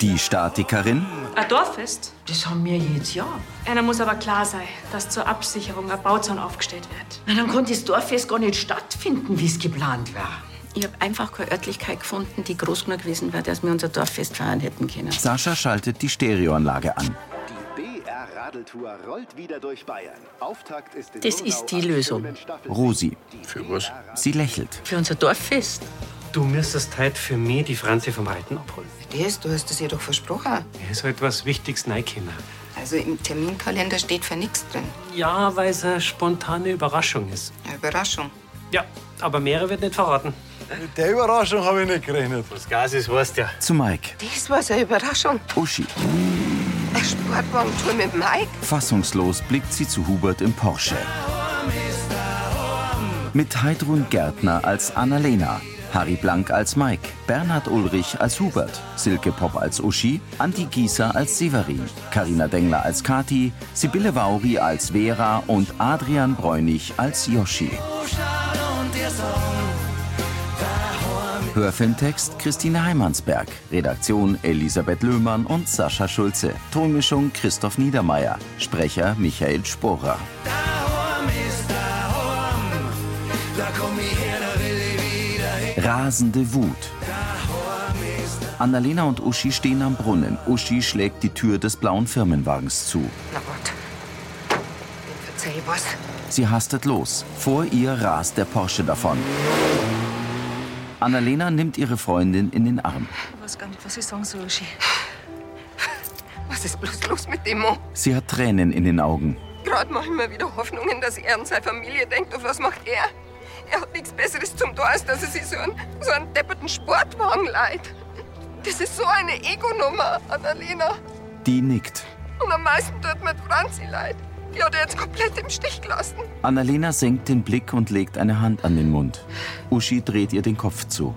Die Statikerin Ein Dorffest? Das haben wir jetzt ja. Einer muss aber klar sein, dass zur Absicherung ein Bauzaun aufgestellt wird. Na, dann konnte das Dorffest gar nicht stattfinden, wie es geplant war. Ich habe einfach keine Örtlichkeit gefunden, die groß genug gewesen wäre, dass wir unser Dorffest feiern hätten können. Sascha schaltet die Stereoanlage an. Die BR-Radeltour rollt wieder durch Bayern. Auftakt ist in Das ist die Lösung Rosi. Für was? Sie lächelt. für unser Dorffest. Du müsstest heute für mich die Franzi vom Reiten abholen. Das, du hast es ihr doch versprochen. Er ist halt was Wichtiges reingekommen. Also im Terminkalender steht für nichts drin. Ja, weil es eine spontane Überraschung ist. Eine Überraschung. Ja, aber mehrere wird nicht verraten. Mit der Überraschung habe ich nicht gerechnet. Was Gas ist, weißt ja. Zu Mike. Das war so eine Überraschung. Uschi. Eine Sportwagentour mit Mike. Fassungslos blickt sie zu Hubert im Porsche. Mit Heidrun Gärtner als Annalena, Harry Blank als Mike, Bernhard Ulrich als Hubert, Silke Pop als Uschi, Andi Gieser als Severin, Karina Dengler als Kati, Sibylle Vauri als Vera und Adrian Bräunig als Yoshi. Hörfilmtext Christine Heimansberg, Redaktion Elisabeth Löhmann und Sascha Schulze, Tonmischung Christoph Niedermeyer, Sprecher Michael Sporer. Rasende Wut. Annalena und Uschi stehen am Brunnen. Uschi schlägt die Tür des blauen Firmenwagens zu. Na warte. Ich verzeih was. Sie hastet los. Vor ihr rast der Porsche davon. Annalena nimmt ihre Freundin in den Arm. Ich weiß gar nicht, was ich sagen soll, Uschi. Was ist bloß los mit dem Mann? Sie hat Tränen in den Augen. Gerade mache ich mir wieder Hoffnungen, dass er an seine Familie denkt. Und was macht er? Er hat nichts Besseres zum Tor, als dass er sich so einen, so einen depperten Sportwagen leiht. Das ist so eine Ego-Nummer, Annalena. Die nickt. Und am meisten tut mir die Franzi leid. Die hat er jetzt komplett im Stich gelassen. Annalena senkt den Blick und legt eine Hand an den Mund. Uschi dreht ihr den Kopf zu.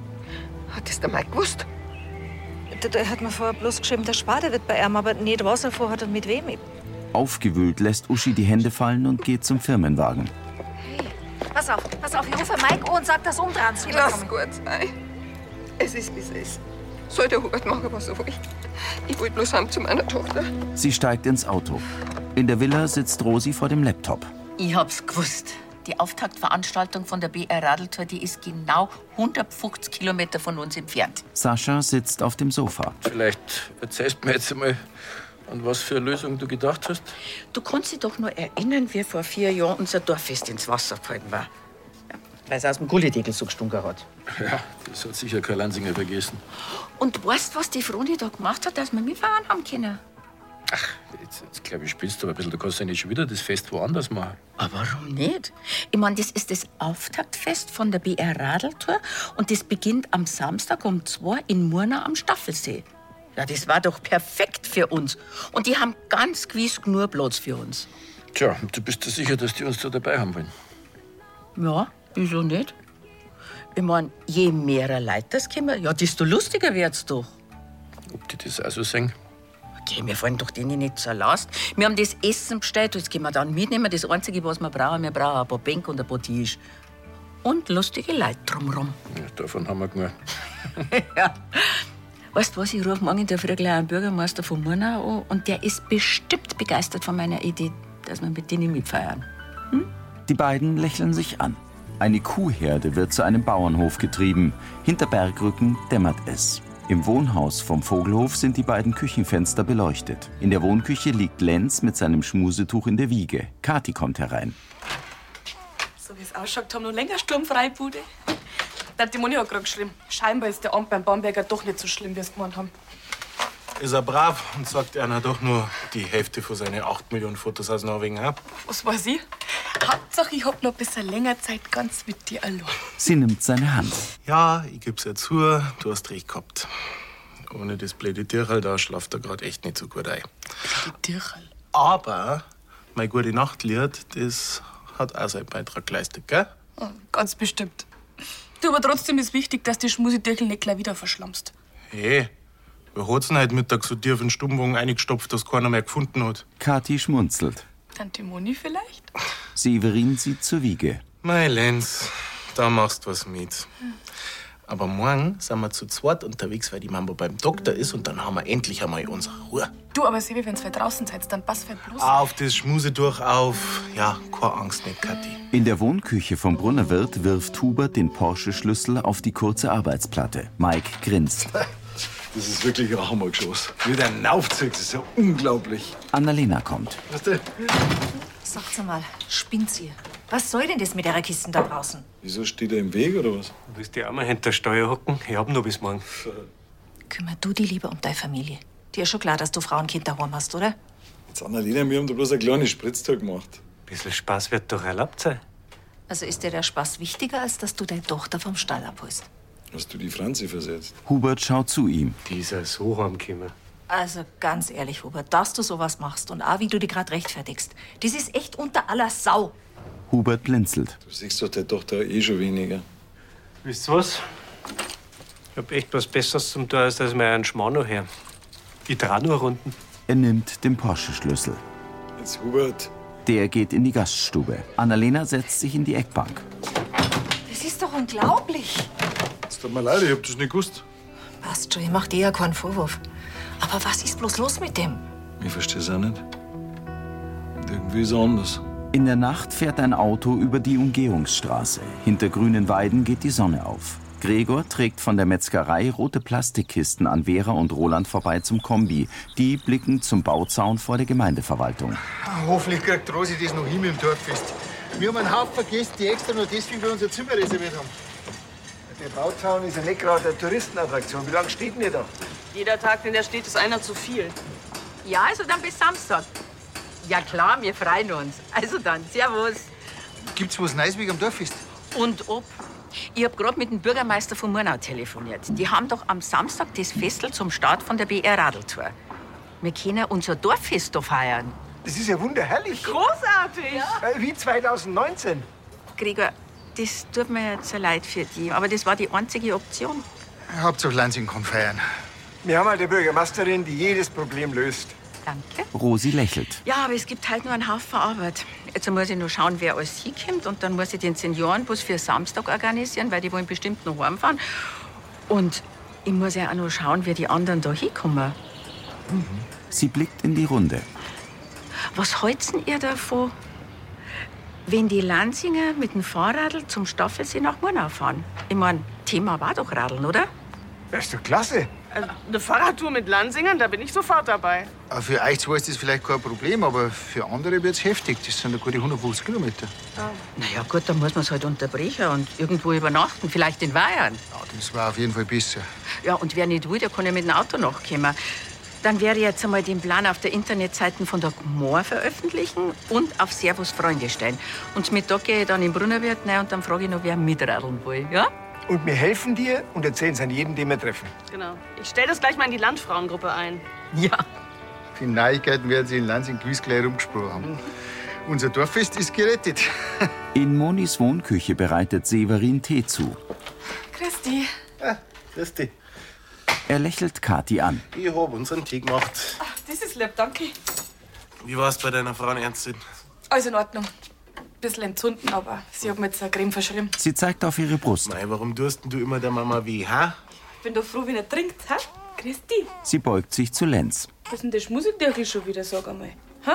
Hat das der Mike gewusst? Der, der hat mir vorher bloß geschrieben, der Spader wird bei ihm, aber nicht was er vorhat und mit wem. Aufgewühlt lässt Uschi die Hände fallen und geht zum Firmenwagen. Pass auf, pass auf, ich rufe Mike an und sag, dass um- umdran zu Lass gut sein. Es ist, wie es ist. Soll der Hubert machen, was er will. Ich will bloß heim zu meiner Tochter. Sie steigt ins Auto. In der Villa sitzt Rosi vor dem Laptop. Ich hab's gewusst. Die Auftaktveranstaltung von der BR Radeltour, die ist genau 150 Kilometer von uns entfernt. Sascha sitzt auf dem Sofa. Vielleicht erzählst du mir jetzt einmal, an was für eine Lösung du gedacht hast. Du kannst dich doch nur erinnern, wie vor vier Jahren unser Dorffest ins Wasser gefallen war. Ja, Weil es aus dem Gullideckel so gestunken hat. Ja, das hat sicher kein Lansinger vergessen. Und weißt, was die Froni da gemacht hat, dass wir mitfahren haben können? Jetzt, jetzt glaube ich, spielst du aber ein bisschen. Du kannst ja nicht schon wieder das Fest woanders machen. Aber Ah, warum nicht? Ich meine, das ist das Auftaktfest von der BR Radeltour und das beginnt am Samstag um 2 in Murnau am Staffelsee. Ja, das war doch perfekt für uns. Und die haben ganz gewiss nur Platz für uns. Tja, du bist dir sicher, dass die uns da dabei haben wollen. Ja, wieso nicht? Ich meine, je mehr Leute das kommen, ja, desto lustiger wird's doch. Ob die das auch so sehen? Okay, wir fallen doch denen nicht zur Last. Wir haben das Essen bestellt, das können wir dann mitnehmen. Das Einzige, was wir brauchen, wir brauchen ein paar Bänke und ein paar Tisch. Und lustige Leute drumherum. Ja, davon haben wir genug. Ja. Weißt du was, ich rufe morgen in der Früh gleich einen Bürgermeister von Murnau an und der ist bestimmt begeistert von meiner Idee, dass wir mit denen mitfeiern. Die beiden lächeln sich an. Eine Kuhherde wird zu einem Bauernhof getrieben. Hinter Bergrücken dämmert es. Im Wohnhaus vom Vogelhof sind die beiden Küchenfenster beleuchtet. In der Wohnküche liegt Lenz mit seinem Schmusetuch in der Wiege. Kathi kommt herein. So wie es ausschaut, haben noch länger sturmfreie Bude. Der Timoni hat gerade geschrieben. Scheinbar ist der Abend beim Bamberger doch nicht so schlimm, wie es gemeint haben. Ist er brav und sagt einer doch nur die Hälfte von seinen 8 Millionen Fotos aus Norwegen ab. Was weiß ich? Hauptsache, ich hab noch ein bisschen länger Zeit ganz mit dir allein. Sie nimmt seine Hand. Ja, ich geb's ja zu, du hast recht gehabt. Ohne das blöde Tierl da schlaft er gerade echt nicht so gut ein. Dirchel. Aber mein gute Nachtlied, das hat auch seinen Beitrag geleistet, gell? Oh, Ganz bestimmt. Du, aber trotzdem ist wichtig, dass die Schmusidirkel nicht gleich wieder verschlammst. Hey, wer hat's denn heute Mittag so tief in den Stummwagen eingestopft, dass keiner mehr gefunden hat? Kathi schmunzelt. Tante Moni vielleicht? Severin sieht zur Wiege. Hm. Mein Lenz, da machst was mit. Aber morgen sind wir zu zweit unterwegs, weil die Mama beim Doktor ist und dann haben wir endlich einmal unsere Ruhe. Du, aber Sebi, wenn's weit draußen seid, dann passt weit bloß. Auf das Schmuse durch auf. Ja, keine Angst nicht, Kathi. In der Wohnküche vom Brunnerwirt wirft Hubert den Porsche-Schlüssel auf die kurze Arbeitsplatte. Mike grinst. Das ist wirklich ein Hammergeschoss. Wie der Naufzug, das ist ja unglaublich. Annalena kommt. Weißt du, Sagt's mal, spinnt ihr? Was soll denn das mit eurer Kisten da draußen? wieso steht er im Weg oder was? Willst du auch mal hinter Steuer hocken? Ich hab noch bis morgen. Kümmer du dich lieber um deine Familie. Dir ist schon klar, dass du Frauenkind daheim hast, oder? Jetzt Annalena, wir haben da bloß eine kleine Spritztour gemacht. Ein bisschen Spaß wird doch erlaubt sein. Also ist dir der Spaß wichtiger, als dass du deine Tochter vom Stall abholst. Hast du die Franzi versetzt? Hubert schaut zu ihm. Dieser so heimgekommen. Also ganz ehrlich, Hubert, dass du sowas machst und auch wie du dich gerade rechtfertigst, das ist echt unter aller Sau. Hubert blinzelt. Du siehst doch der Tochter eh schon weniger. Wisst ihr was? Ich hab echt was Besseres zum Tun, als dass mir einen Schmarrn noch her. Ich trau nur Runden. Er nimmt den Porsche-Schlüssel. Jetzt Hubert. Der geht in die Gaststube. Annalena setzt sich in die Eckbank. Das ist doch unglaublich. Es tut mir leid, ich hab das nicht gewusst. Passt schon, ich mach dir ja keinen Vorwurf. Aber was ist bloß los mit dem? Ich versteh's auch nicht. Und irgendwie ist er anders. In der Nacht fährt ein Auto über die Umgehungsstraße. Hinter grünen Weiden geht die Sonne auf. Gregor trägt von der Metzgerei rote Plastikkisten an Vera und Roland vorbei zum Kombi. Die blicken zum Bauzaun vor der Gemeindeverwaltung. Ah, Hoffentlich kriegt Rosi das noch hin mit dem Dorffest. Wir haben einen Haufen vergessen, die extra nur deswegen für unser Zimmer reserviert haben. Der Bauzaun ist ja nicht gerade eine Touristenattraktion. Wie lange steht denn der da? Jeder Tag, den da steht, ist einer zu viel. Ja, also dann bis Samstag. Ja klar, wir freuen uns. Also dann, servus. Gibt's was Neues wegen dem Dorffest? Und ob? Ich hab grad mit dem Bürgermeister von Murnau telefoniert. Die haben doch am Samstag das Festel zum Start von der BR Radeltour. Wir können unser Dorffest da feiern. Das ist ja wunderherrlich. Großartig! Äh, Wie 2019. Gregor, das tut mir jetzt so leid für die, aber das war die einzige Option. Hauptsache Lansing kann feiern. Wir haben halt eine Bürgermeisterin, die jedes Problem löst. Danke. Rosi lächelt. Ja, aber es gibt halt nur einen Haufen Arbeit. Jetzt muss ich nur schauen, wer alles hinkommt. Und dann muss ich den Seniorenbus für Samstag organisieren, weil die wollen bestimmt noch heimfahren. Und ich muss ja auch noch schauen, wie die anderen da hinkommen. Sie blickt in die Runde. Was holzen ihr davon, wenn die Lansinger mit dem Fahrradl zum Staffelsee nach Murnau fahren? Ich mein, Thema war doch Radeln, oder? Das ist doch klasse. Also, Eine Fahrradtour mit Lansingern, da bin ich sofort dabei. Äh, Für euch zwei ist das vielleicht kein Problem, aber für andere wird's heftig. Das sind ja gute 150 Kilometer. Na ja, gut, dann muss man es halt unterbrechen und irgendwo übernachten, vielleicht in Bayern. Ah, Das war auf jeden Fall besser. Ja, und wer nicht will, der kann ja mit dem Auto nachkommen. Dann werde ich jetzt einmal den Plan auf der Internetseite von der Gmor veröffentlichen und auf Servus Freunde stellen. Und mit da gehe ich dann im Brunnerwirt rein und dann frage ich noch, wer mitradeln will, ja? Und wir helfen dir und erzählen es an jeden, den wir treffen. Genau. Ich stelle das gleich mal in die Landfrauengruppe ein. Ja. Viele Neuigkeiten werden sie in Lansing gewiss gleich rumgesprochen haben. Unser Dorffest ist gerettet. In Monis Wohnküche bereitet Severin Tee zu. Christi, Ah, Christi, Er lächelt Kathi an. ich hab unseren Tee gemacht. ach, das ist lieb, danke. Wie war's bei deiner Frauenärztin? Alles in Ordnung. Bisschen entzünden, aber sie hat mir jetzt eine Creme verschrieben. Sie zeigt auf ihre Brust. Mei, warum dursten du immer der Mama weh, ha? Ich bin doch froh, wenn er trinkt, hä? Christi, Sie beugt sich zu Lenz. was ist denn das Musikdörfli schon wieder, sag einmal? Hä?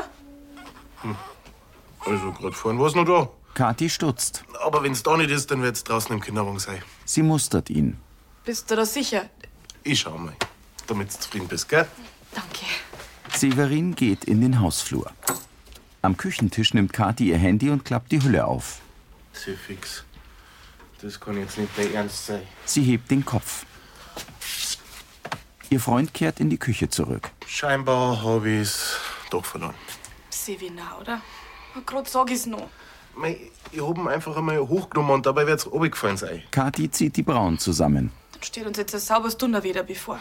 Also, grad vorhin war's noch da. Kathi stutzt. Aber wenn's da nicht ist, dann wird's draußen im Kinderwagen sein. Sie mustert ihn. Bist du da sicher? Ich schau mal, damit du zufrieden bist, gell? Danke. Severin geht in den Hausflur. Am Küchentisch nimmt Kathi ihr Handy und klappt die Hülle auf. Sehr fix. Das kann jetzt nicht der Ernst sein. Sie hebt den Kopf. Ihr Freund kehrt in die Küche zurück. Scheinbar hab ich's doch verloren. Sevina, oder? Gerade sag ich's noch. Mei, ich hab ihn einfach einmal hochgenommen und dabei wird's runtergefallen sein. Kathi zieht die Brauen zusammen. Dann steht uns jetzt ein sauberes Dunder wieder bevor.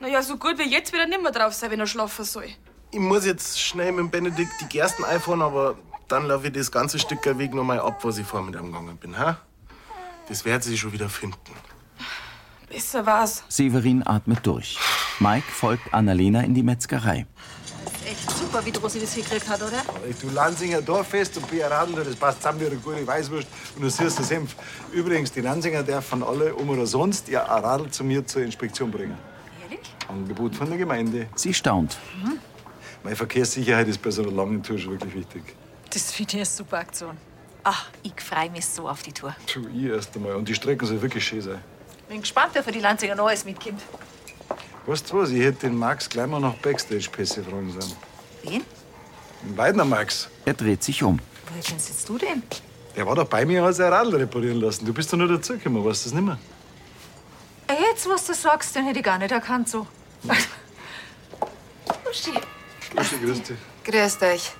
Naja, so gut wie jetzt wieder nimmer drauf sein, wenn er schlafen soll. Ich muss jetzt schnell mit dem Benedikt die Gersten einfahren, aber dann laufe ich das ganze Stück der Weg nochmal ab, was ich vorher mit ihm gegangen bin, ha? Das wird sie schon wieder finden. Besser war's. Severin atmet durch. Mike folgt Annalena in die Metzgerei. Echt so super, wie die Rosi das hingekriegt hat, oder? Du Lansinger Dorffest und Bier Radler, das passt zusammen wie eine gute Weißwurst und du siehst das Senf. Übrigens, die Lansinger dürfen alle, um oder sonst, ihr Radl zu mir zur Inspektion bringen. Ehrlich? Angebot von der Gemeinde. Sie staunt. Hm? Meine Verkehrssicherheit ist bei so einer langen Tour schon wirklich wichtig. Das finde ich eine super Aktion. Ach, Ah, ich freue mich so auf die Tour. Tu ich erst einmal. Und die Strecken soll wirklich schön sein. Bin gespannt, wer für die Lanzinger Neues mitkommt. Weißt du was, ich hätte den Max gleich mal nach Backstage-Pässe fragen sollen. Wen? Den Weidner Max. Er dreht sich um. Wohin sitzt du denn? Der war doch bei mir, als er Radl reparieren lassen. Du bist doch nur dazugekommen, weißt du das nicht mehr? Äh, Jetzt, was du sagst, den hätte ich gar nicht erkannt so. Uschi. Grüß dich, grüß dich. Grüß dich.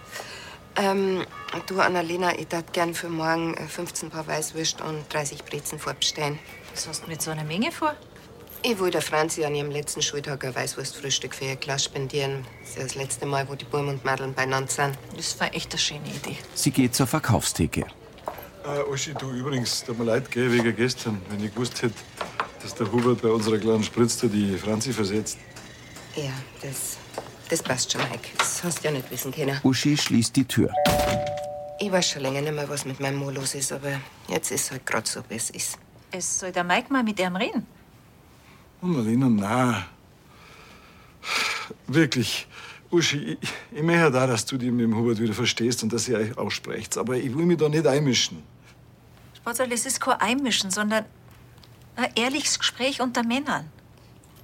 Ähm, du, Annalena, ich darf gern für morgen äh, 15 Paar Weißwürst und 30 Brezen vorbestellen. Was hast du mit so einer Menge vor? Ich will der Franzi an ihrem letzten Schultag ein Weißwurstfrühstück für ihr Glas spendieren. Das ist ja das letzte Mal, wo die Buben und Madeln beieinander sind. Das war echt eine schöne Idee. Sie geht zur Verkaufstheke. Äh, Oschi, du übrigens, tut mir leid, gell, wegen gestern. Wenn ich gewusst hätte, dass der Hubert bei unserer kleinen Spritztour die Franzi versetzt. Ja, das, das passt schon, Mike. Das hast du ja nicht wissen können. Uschi schließt die Tür. Ich weiß schon länger nicht mehr, was mit meinem Mo los ist, aber jetzt ist halt grad so, wie es ist. Es soll der Mike mal mit dem reden. Annalena, na. Wirklich, Uschi, ich, ich möchte da, dass du dich mit dem Hubert wieder verstehst und dass ihr euch aussprecht. Aber ich will mich da nicht einmischen. Sportler, es ist kein Einmischen, sondern ein ehrliches Gespräch unter Männern.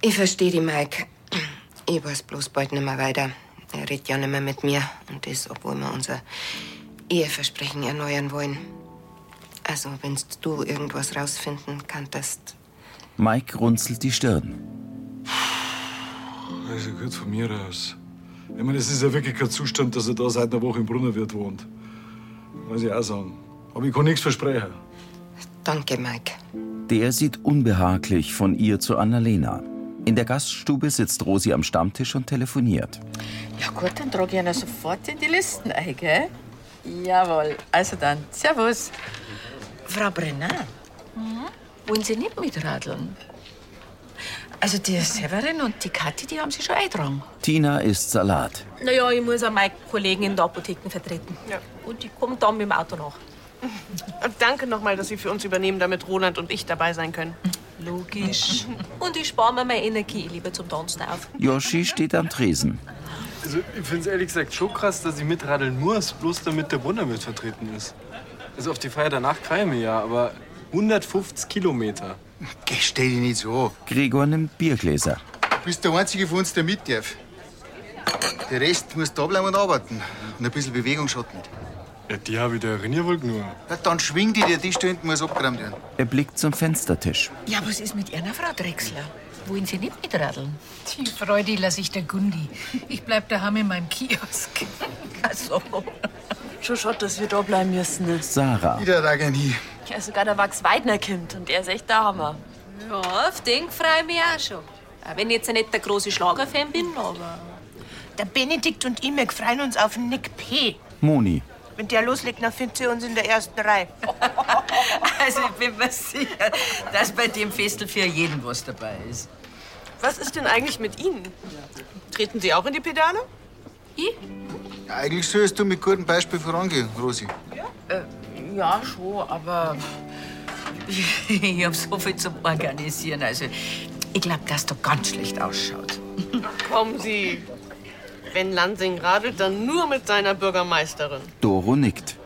Ich verstehe die Mike. Ich weiß bloß bald nicht mehr weiter. Er redet ja nicht mehr mit mir. Und das, obwohl wir unser Eheversprechen erneuern wollen. Also, wenn du irgendwas rausfinden kannst, Mike runzelt die Stirn. Also gut, von mir aus. Ich meine, es ist ja wirklich kein Zustand, dass er da seit einer Woche im Brunnerwirt wohnt. Muss ich auch sagen. Aber ich kann nichts versprechen. danke, Mike. Der sieht unbehaglich von ihr zu Annalena. In der Gaststube sitzt Rosi am Stammtisch und telefoniert. Ja gut, dann trage ich ihn sofort in die Listen ein, gell? Jawohl, also dann, servus. Frau Brenner, Mhm. wollen Sie nicht mitradeln? Also die Severin und die Kathi, die haben Sie schon eingetragen. Tina isst Salat. Naja, ich muss auch meine Kollegen in der Apotheke vertreten. Und die kommen dann mit dem Auto nach. Und danke nochmal, dass Sie für uns übernehmen, damit Roland und ich dabei sein können. Logisch. Und ich spare mir meine Energie lieber zum Tanzen auf. Yoshi steht am Tresen. Also, ich finde es ehrlich gesagt schon krass, dass ich mitradeln muss, bloß damit der Wunder mit vertreten ist. Also, auf die Feier danach kann ich mir ja, aber 150 Kilometer. Geh, stell dich nicht so Gregor nimmt Biergläser. Du bist der Einzige von uns, der mit darf. Der Rest muss da bleiben und arbeiten. Und ein bisschen Bewegung schadet Ja, die habe ich der Rinne wohl nur. Ja, dann schwing die, der Tisch da hinten muss abgeräumt werden. Er blickt zum Fenstertisch. Ja, was ist mit Ihrer Frau Drechsler? Wollen Sie nicht mitradeln? Die Freude lasse ich der Gundi. Ich bleib daheim in meinem Kiosk. Also. Schon schade, dass wir da bleiben müssen. ne? Sarah. Wieder da gern hin. Ja, sogar der Max Weidner kommt und der ist echt der Hammer. Ja, auf den freue ich mich auch schon. Auch wenn ich jetzt nicht der große Schlagerfan bin, aber. Der Benedikt und ich, wir freuen uns auf den Nick P. Moni. Wenn der loslegt, dann findet sie uns in der ersten Reihe. Also ich bin mir sicher, dass bei dem Festel für jeden was dabei ist. Was ist denn eigentlich mit Ihnen? Treten Sie auch in die Pedale? Ich? Ja, eigentlich sollst du mit gutem Beispiel vorangehen, Rosi. Äh, Ja, schon, aber ich habe so viel zum Organisieren. Also ich glaube, dass du ganz schlecht ausschaut. Kommen Sie. Wenn Lansing radelt, dann nur mit seiner Bürgermeisterin. Doro nickt.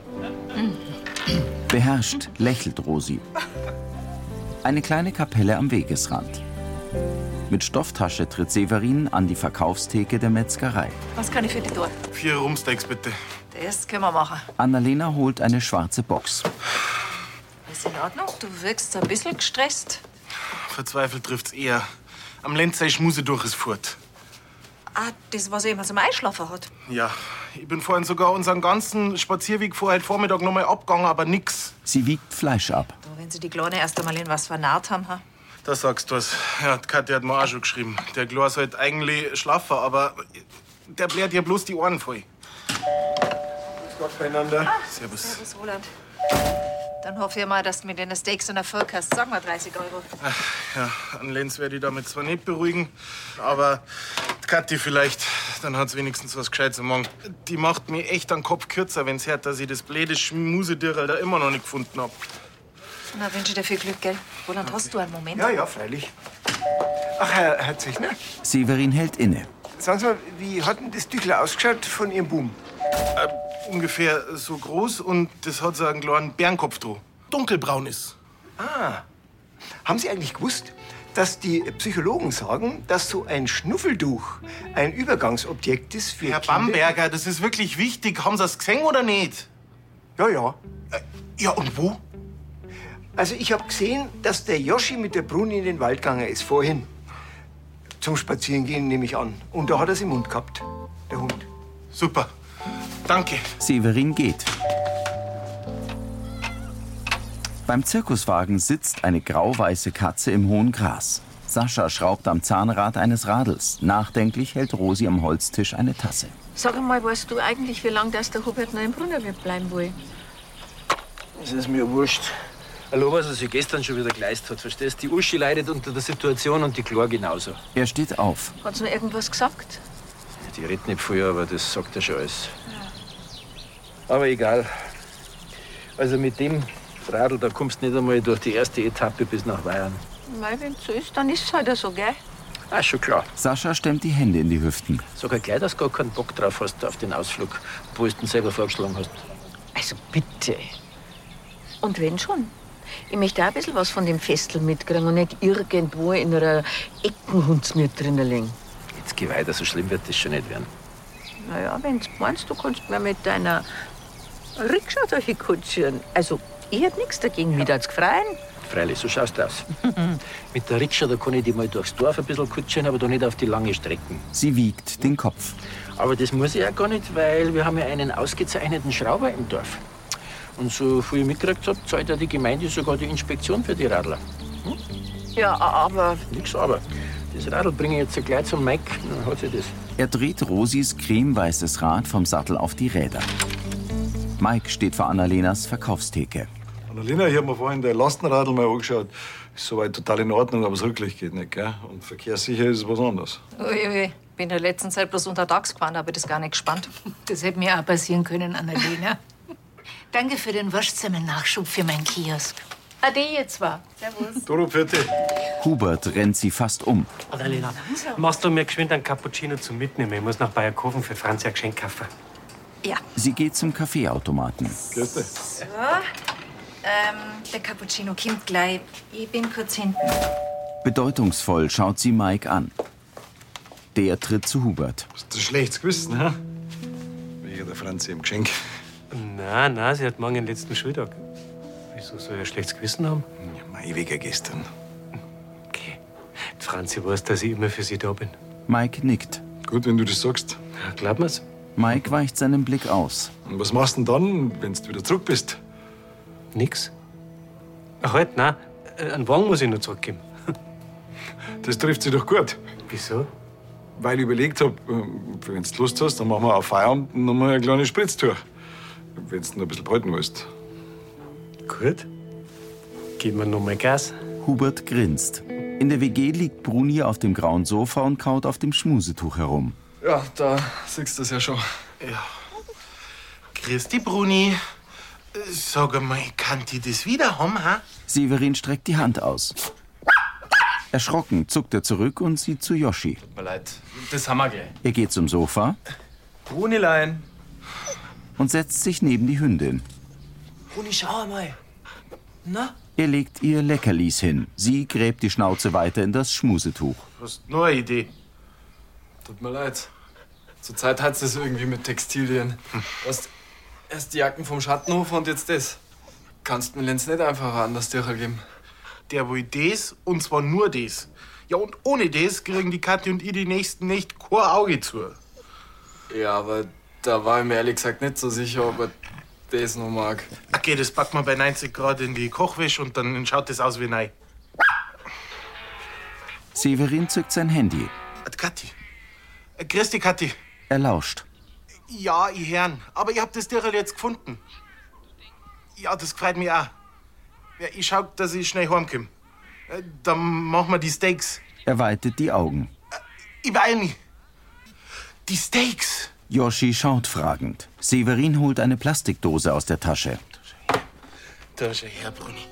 Beherrscht lächelt Rosi. Eine kleine Kapelle am Wegesrand. Mit Stofftasche tritt Severin an die Verkaufstheke der Metzgerei. Was kann ich für die tun? Vier Rumsteaks bitte. Das können wir machen. Annalena holt eine schwarze Box. Ist in Ordnung? Du wirkst ein bisschen gestresst. Verzweifelt trifft's eher. Am Lenz sei Schmuse durch ist fort. Ah, das, was er immer zum Einschlafen hat. Ja, ich bin vorhin sogar unseren ganzen Spazierweg vor heute Vormittag nochmal abgegangen, aber nix. Sie wiegt Fleisch ab. Da, wenn sie die Kleine erst einmal in was vernarrt haben. ha? Da sagst du was. Ja, die Katja hat mir auch schon geschrieben. Der Glas halt eigentlich schlafen, aber der blärt dir bloß die Ohren voll. Grüß Gott beieinander. Servus. Servus, Roland. Dann hoffe ich mal, dass du mit den Steaks und Erfolg hast. Sag mal 30 Euro. Ah, Ach, Ja, an Lenz werde ich damit zwar nicht beruhigen, aber die Kathi vielleicht, dann hat's wenigstens was Gescheites am Morgen. Die macht mir echt den Kopf kürzer, wenn's hört, dass ich das blöde Schmusedirrel da immer noch nicht gefunden hab. Na, wünsche dir viel Glück, gell? Roland, hast du einen Moment? Ja, ja, freilich. Ach, Herr, Herr Zechner, Severin hält inne. sagen Sie mal, wie hat denn das Tüchel ausgeschaut von Ihrem Boom? Äh, ungefähr so groß und das hat so einen kleinen Bärenkopf drauf. Dunkelbraun ist. Ah, haben Sie eigentlich gewusst, dass die Psychologen sagen, dass so ein Schnuffelduch ein Übergangsobjekt ist für Herr Bamberger, das ist wirklich wichtig. Haben Sie das gesehen oder nicht? Äh, Ja, ja. Ja, und wo? Also ich habe gesehen, dass der Joschi mit der Bruni in den Wald gegangen ist, vorhin. Zum Spazierengehen nehme ich an. Und da hat er es im Mund gehabt, der Hund. Super, danke. Severin geht. Beim Zirkuswagen sitzt eine grauweiße Katze im hohen Gras. Sascha schraubt am Zahnrad eines Radels. Nachdenklich hält Rosi am Holztisch eine Tasse. Sag mal, weißt du eigentlich, wie lange das der Hubert noch im Brunnerwirt bleiben will? Das ist mir wurscht. Hallo, was er sich gestern schon wieder geleistet hat, verstehst Die Uschi leidet unter der Situation und die Chlor genauso. Er steht auf. Hat's noch irgendwas gesagt? Die redet nicht viel, aber das sagt er schon alles. Aber egal. Also mit dem Radl, da kommst du nicht einmal durch die erste Etappe bis nach Bayern. Mei, wenn's so ist, dann ist's halt so, gell? Ah, schon klar. Sascha stemmt die Hände in die Hüften. Sag ja gleich, dass du gar keinen Bock drauf hast auf den Ausflug, wo du den selber vorgeschlagen hast. Also bitte. Und wenn schon? Ich möchte auch ein bisschen was von dem Festel mitkriegen und nicht irgendwo in einer Eckenhunds mit drinnen liegen. Jetzt geh weiter, so schlimm wird das schon nicht werden. Naja, wenn du meinst, du kannst mir mit deiner Rikscha da hinkutschieren. Also, ich hab nichts dagegen, mich da zu freien. Freilich, so schaust du aus. Mit der Rikscha, da kann ich die mal durchs Dorf ein bisschen kutschen, aber doch nicht auf die lange Strecken. Sie wiegt den Kopf. Aber das muss ich auch gar nicht, weil wir haben ja einen ausgezeichneten Schrauber im Dorf. Und so viel ich mitgekriegt habe, zahlt ja die Gemeinde sogar die Inspektion für die Radler. Hm? Ja, aber. Nix aber. Das Radl bringe ich jetzt gleich zum Mike, dann hat sie das. Er dreht Rosis cremeweißes Rad vom Sattel auf die Räder. Mike steht vor Annalenas Verkaufstheke. Annalena, ich habe mir vorhin der Lastenradl mal angeschaut. Ist soweit total in Ordnung, aber das Rücklicht geht nicht, gell? Und verkehrssicher ist es was anderes. Uiui, bin in der letzten Zeit bloß untertags gefahren, aber das gar nicht gespannt. Das hätte mir auch passieren können, Annalena. Danke für den Wurstsemmelnachschub für meinen Kiosk. Ade Ah, jetzt war. Servus. Doro, bitte. Hubert rennt sie fast um. Annalena, machst du mir geschwind einen Cappuccino zum Mitnehmen? Ich muss nach Bayerkofen für Franzi ein Geschenk kaufen. Sie geht zum Kaffeeautomaten. So, ähm, der Cappuccino kommt gleich. Ich bin kurz hinten. Bedeutungsvoll schaut sie Mike an. Der tritt zu Hubert. Das ist schlechtes Gewissen, ne? Wegen der Franzi im Geschenk. Na, na, sie hat morgen den letzten Schultag. Wieso soll ich ein schlechtes Gewissen haben? Ja, mein Weger gestern. Die Franzi weiß, dass ich immer für sie da bin. Mike nickt. Gut, wenn du das sagst. Glaub mir's. Mike weicht seinen Blick aus. Und was machst du denn dann, wenn du wieder zurück bist? Nix. Ach, halt, nein. Äh, Einen Wagen muss ich noch zurückgeben. Das trifft sie doch gut. Wieso? Weil ich überlegt hab, äh, wenn du Lust hast, dann machen wir auf Feierabend noch mal eine kleine Spritztour. Wenn du noch ein bisschen behalten willst. Gut. Gib mir noch mal Gas. Hubert grinst. In der WG liegt Bruni auf dem grauen Sofa und kaut auf dem Schmusetuch herum. Ja, da siehst du das Oh. ja schon. Ja. Grüß dich, Bruni. Äh, Sag mal, kann die das wieder haben, ha? Severin streckt die Hand aus. Erschrocken zuckt er zurück und sieht zu Yoshi. Tut mir leid. Das haben wir gleich. Er geht zum Sofa Brunilein. und setzt sich neben die Hündin. Bruni, schau einmal. Na? Er legt ihr Leckerlis hin. Sie gräbt die Schnauze weiter in das Schmusetuch. Hast nur eine Idee. Tut mir leid. Zurzeit hat's das irgendwie mit Textilien. Hm. Weißt, erst die Jacken vom Schattenhofer und jetzt das. Kannst mir Lenz nicht einfach ein anderes Dirndl geben. Der will das und zwar nur das. Ja, und ohne das kriegen die Kathi und ich die nächsten nicht kein Auge zu. Ja, aber Äh, da war ich mir ehrlich gesagt nicht so sicher, ob er das noch mag. Okay, das packen wir bei 90 Grad in die Kochwäsche und dann schaut das aus wie neu. Severin zückt sein Handy. Äh, Kathi. Äh, Grüß dich, Kathi. Er lauscht. Ja, ich Herrn, aber ich hab das Dirrel jetzt gefunden. Ja, das freut mich auch. Ja, ich schau, dass ich schnell heimkomme. Äh, Dann machen wir die Steaks. Er weitet die Augen. Ich beeil mich. Die Steaks. Yoshi schaut fragend. Severin holt eine Plastikdose aus der Tasche. Da schau her, Bruni.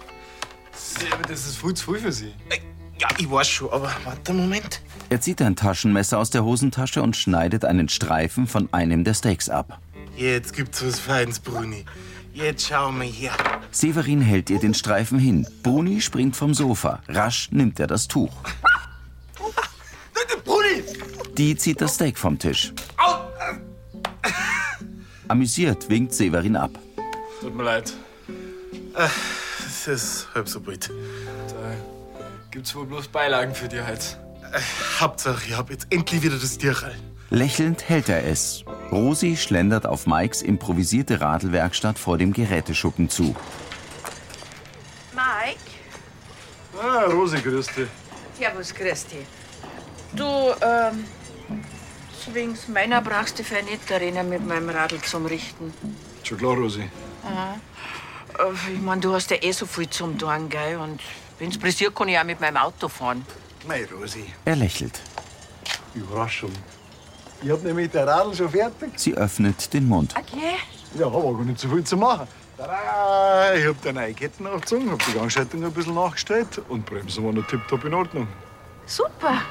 Aber das ist viel zu früh für Sie. Äh, Ja, ich weiß schon, aber warte einen Moment. Er zieht ein Taschenmesser aus der Hosentasche und schneidet einen Streifen von einem der Steaks ab. Jetzt gibt's was Feins, Bruni. Jetzt schauen wir her. Severin hält ihr den Streifen hin. Bruni springt vom Sofa. Rasch nimmt er das Tuch. Bruni! Die zieht das Steak vom Tisch. Amüsiert winkt Severin ab. Tut mir leid. Es ist halb so wild. Da gibt's wohl bloß Beilagen für die halt. Äh, Hauptsache, ich hab jetzt endlich wieder das Tierrall. Lächelnd hält er es. Rosi schlendert auf Mikes improvisierte Radlwerkstatt vor dem Geräteschuppen zu. Mike, Ah, Rosi, grüß dich. servus, Christi. Du, ähm, wegen meiner brauchst du für nicht erinnern mit meinem Radl zum Richten. Schon klar, Rosi. Aha. Äh, Ich mein, du hast ja eh so viel zum Tun, gell? Und wenn's pressiert, kann ich auch mit meinem Auto fahren. Mei, Rosi. Er lächelt. Überraschung. Ich hab nämlich der Radl schon fertig. Sie öffnet den Mund. Okay. Ja, aber gar nicht so viel zu machen. Tada! Ich hab da neue Ketten aufgezogen, hab die Gangschaltung ein bisschen nachgestellt und Bremsen waren noch tipptopp in Ordnung. Super.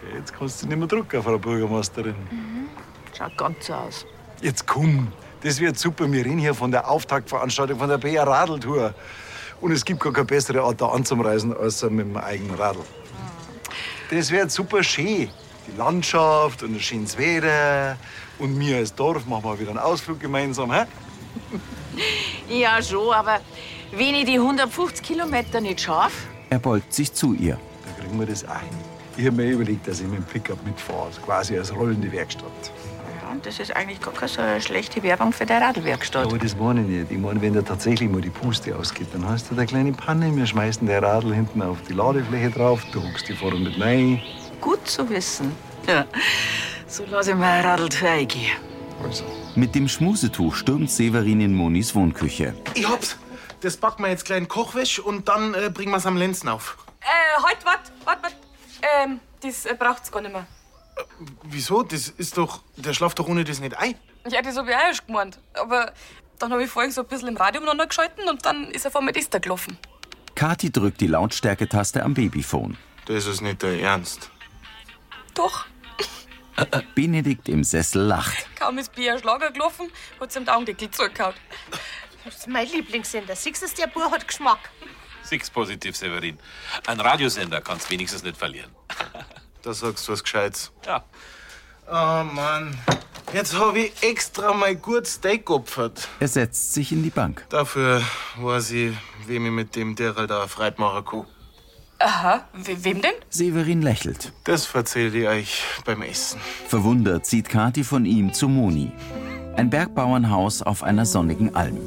Gell, Jetzt kannst du nicht mehr drucken, Frau Bürgermeisterin. Schaut ganz so aus. Jetzt komm, das wird super. Wir reden hier von der Auftaktveranstaltung von der BR Radltour. Und es gibt gar keine bessere Art, da anzureisen, als mit dem eigenen Radl. Das wird super schön. Die Landschaft und das schönes Wetter. Und wir als Dorf machen mal wieder einen Ausflug gemeinsam. Hä? Ja, schon, aber wenn ich die 150 Kilometer nicht schaffe, Er beugt sich zu ihr. Da kriegen wir das ein. Ich habe mir eh überlegt, dass ich mit dem Pickup mitfahre, also quasi als rollende Werkstatt. ja, das ist eigentlich gar keine so eine schlechte Werbung für deine Radlwerkstatt. Aber das meine ich nicht. Ich meine, wenn da tatsächlich mal die Puste ausgeht, dann hast du da eine kleine Panne. Wir schmeißen der Radl hinten auf die Ladefläche drauf, du huckst die vorne mit rein. Gut zu wissen. Ja. So lasse ich mein Radl freigehen. Also. Mit dem Schmusetuch stürmt Severin in Monis Wohnküche. Ich hab's. Das backen wir jetzt gleich in Kochwäsch und dann äh, bringen wir's am Lenzen auf. Äh, halt, wart, wart, wart. Ähm, das äh, braucht's gar nicht mehr. Wieso? Das ist doch. Der schlaft doch ohne das nicht ein. Ich hätte so wie auch erst gemeint. Aber dann habe ich vorhin so ein bisschen im Radio umeinander geschalten und dann ist er vor mir das da gelaufen. Kathi drückt die Lautstärketaste am Babyphone. Das ist nicht der Ernst. Doch, Äh, Benedikt im Sessel lacht. kaum ist Bier Schlager gelaufen, hat's ihm den Augendeckel zurückgehauen. Das ist mein Lieblingssender. Siehst du, der Bub hat Geschmack. Six positiv, Severin. Ein Radiosender kannst wenigstens nicht verlieren. Da sagst du was Gescheites. Ja. Oh Mann. Jetzt hab ich extra mal gut Steak geopfert. Er setzt sich in die Bank. Dafür weiß ich, wem ich mit dem Derrel da Freit machen kann. Aha, we wem denn? Severin lächelt. Das verzähl ich euch beim Essen. Verwundert sieht Kathi von ihm zu Moni. Ein Bergbauernhaus auf einer sonnigen Alm.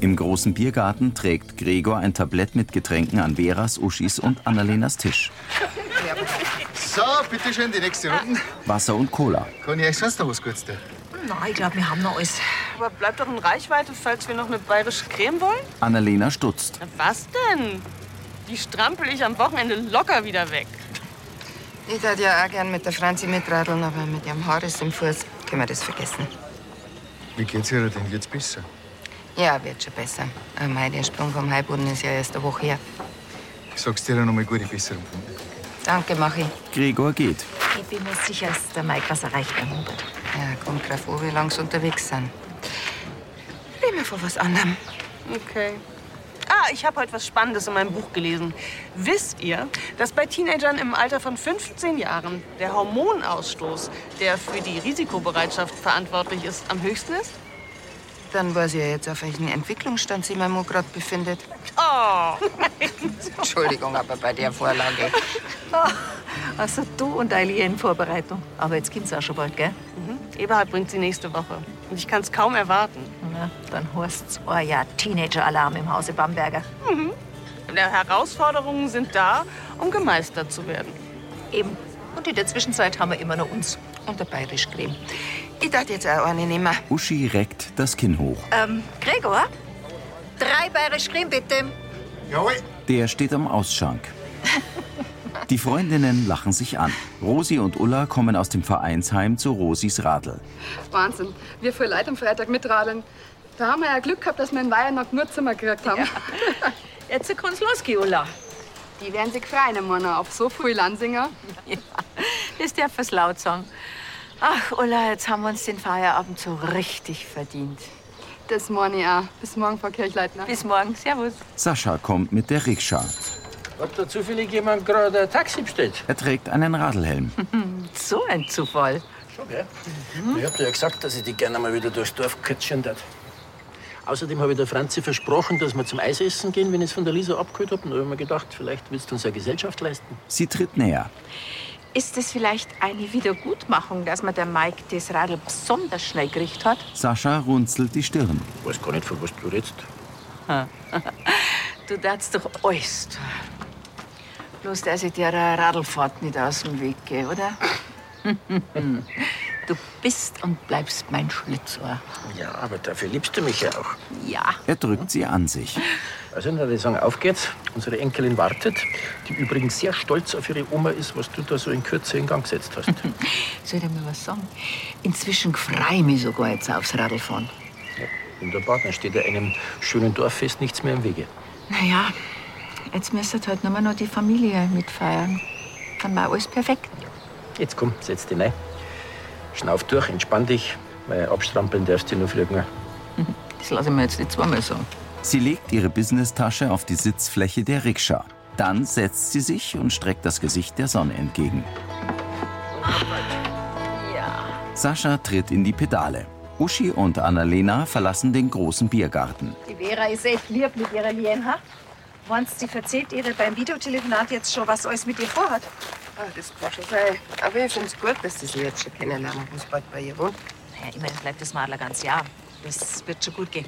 Im großen Biergarten trägt Gregor ein Tablett mit Getränken an Veras, Uschis und Annalenas Tisch. So, bitteschön, die nächste Runde. Wasser und Cola. Kann ich euch sonst noch was Gutes tun? Na, ich glaube, wir haben noch alles. Aber bleibt doch in Reichweite, falls wir noch eine bayerische Creme wollen. Annalena stutzt. Na, was denn? Die strampel ich am Wochenende locker wieder weg. Ich würde ja auch gern mit der Franzi mitradeln, aber mit ihrem Horris im Fuß können wir das vergessen. Wie geht's ihr denn jetzt besser? Ja, wird schon besser. Äh, Mei, der Sprung vom Heuboden ist ja erst eine Woche her. Ich sag's dir noch mal gute Besserung. Danke, mach ich. Gregor geht. Ich bin mir sicher, dass der Mike was erreicht hat, Hubert. Ja, kommt drauf an, wie lange sie unterwegs sind. Reden wir von was anderem. Okay. Ah, ich habe heute was Spannendes in meinem Buch gelesen. Wisst ihr, dass bei Teenagern im Alter von 15 Jahren der Hormonausstoß, der für die Risikobereitschaft verantwortlich ist, am höchsten ist? Dann weiß ich ja jetzt, auf welchem Entwicklungsstand sich mein Mo gerade befindet. Oh, Entschuldigung, aber bei der Vorlage. Also du und Eileen in Vorbereitung. Aber jetzt geht's auch schon bald, gell? Mhm. Eberhard bringt sie nächste Woche. Und ich kann es kaum erwarten. Na, dann heißt's, oh ja, Teenager-Alarm im Hause Bamberger. Hm, Mhm. Der Herausforderungen sind da, um gemeistert zu werden. Eben. Und in der Zwischenzeit haben wir immer noch uns. Und der Bayerisch Creme. Ich dachte jetzt auch eine nehmen. Uschi reckt das Kinn hoch. Ähm, Gregor? Drei bayerisch Creme, bitte. Der steht am Ausschank. Die Freundinnen lachen sich an. Rosi und Ulla kommen aus dem Vereinsheim zu Rosis Radl. Wahnsinn. Wir viele Leute am Freitag mitradeln. Da haben wir ja Glück gehabt, dass wir in Weihnachten nur Zimmer gekriegt haben. Jetzt kann's losgehen, Ulla. Die werden sich freuen, Mona, auf so viele Lansinger. Das darf es laut sagen. Ach, Ulla, jetzt haben wir uns den Feierabend so richtig verdient. Das meine ich auch. Bis morgen, Frau Kirchleitner. Bis morgen. Servus. Sascha kommt mit der Rikscha. Hat da zufällig jemand gerade ein Taxi bestellt? Er trägt einen Radlhelm. So ein Zufall. Schon, gell? Mhm. Ich hab dir ja gesagt, dass ich dich gerne mal wieder durchs Dorf kitschen darf. Außerdem habe ich der Franzi versprochen, dass wir zum Eisessen gehen, wenn ich es von der Lisa abgeholt habe. Und da habe ich mir gedacht, vielleicht willst du uns ja Gesellschaft leisten. Sie tritt näher. Ist es vielleicht eine Wiedergutmachung, dass man der Mike das Radl besonders schnell gekriegt hat? Sascha runzelt die Stirn. Ich weiß gar nicht, von was du redest. Du darfst doch alles tun. Bloß, dass ich dir eine Radlfahrt nicht aus dem Weg gehe, oder? du bist und bleibst mein Schlitzohr. Ja, aber dafür liebst du mich ja auch. Ja. Ah. Er drückt sie an sich. Also, na, die sagen, auf geht's. Unsere Enkelin wartet, die übrigens sehr stolz auf ihre Oma ist, was du da so in Kürze in Gang gesetzt hast. Soll ich dir mal was sagen? Inzwischen freue ich mich sogar jetzt aufs Radlfahren. Wunderbar, dann steht ja einem schönen Dorffest nichts mehr im Wege. Naja, jetzt müsstet halt nur noch die Familie mitfeiern. Dann war alles perfekt. Jetzt komm, setz dich rein. Schnauf durch, entspann dich, weil abstrampeln darfst du nur früher. Das lasse ich mir jetzt nicht zweimal sagen. Sie legt ihre Businesstasche auf die Sitzfläche der Rikscha. Dann setzt sie sich und streckt das Gesicht der Sonne entgegen. Sascha tritt in die Pedale. Uschi und Annalena verlassen den großen Biergarten. Die Vera ist echt lieb mit ihrer Lienha. Meinst du, sie erzählt ihr beim Videotelefonat jetzt schon, was alles mit ihr vorhat? Ah, das kann schon sein. Aber ich find's gut, dass das sie jetzt schon kennenlernen, wo es bald bei ihr wohnt. Naja, immerhin bleibt das Madler ganz Jahr. Das wird schon gut gehen.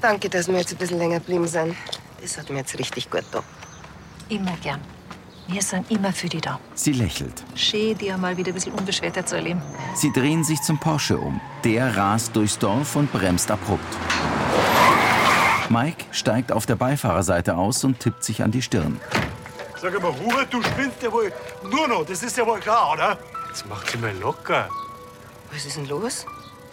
Danke, dass wir jetzt ein bisschen länger geblieben sind. Das hat mir jetzt richtig gut getan. Immer gern. Wir sind immer für die da. Sie lächelt. Schön, die mal wieder ein bisschen unbeschwerter zu erleben. Sie drehen sich zum Porsche um. Der rast durchs Dorf und bremst abrupt. Mike steigt auf der Beifahrerseite aus und tippt sich an die Stirn. Sag mal, Hubert, du spinnst ja wohl. Nur noch, das ist ja wohl klar, oder? Jetzt macht sie mal locker. Was ist denn los?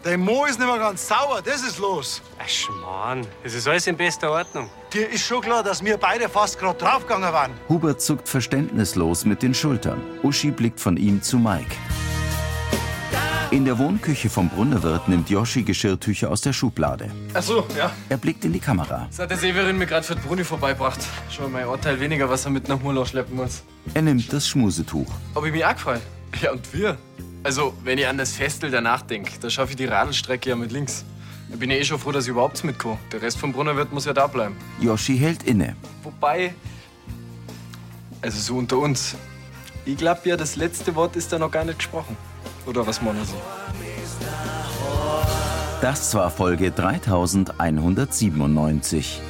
Dein Mo ist nicht mehr ganz sauer, das ist los. Ach, Schmarrn. Es ist alles in bester Ordnung. Dir ist schon klar, dass wir beide fast gerade draufgegangen waren. Hubert zuckt verständnislos mit den Schultern. Uschi blickt von ihm zu Mike. In der Wohnküche vom Brunnerwirt nimmt Joschi Geschirrtücher aus der Schublade. Ach so, ja. Er blickt in die Kamera. Das hat der Severin mir gerade für den Bruni vorbeibracht. Schon mein Urteil weniger, was er mit nach Murloch schleppen muss. Er nimmt das Schmusetuch. Ob ich mich auch gefreut? Ja, und wir? Also, wenn ich an das Festel danach denke, da schaffe ich die Radelstrecke ja mit links. Ich bin ja eh schon froh, dass ich überhaupt mitkomme. Der Rest vom Brunnerwirt muss ja da bleiben. Joschi hält inne. Wobei, also so unter uns, ich glaube ja, das letzte Wort ist da noch gar nicht gesprochen. Oder was meinen Sie? Das war Folge 3197.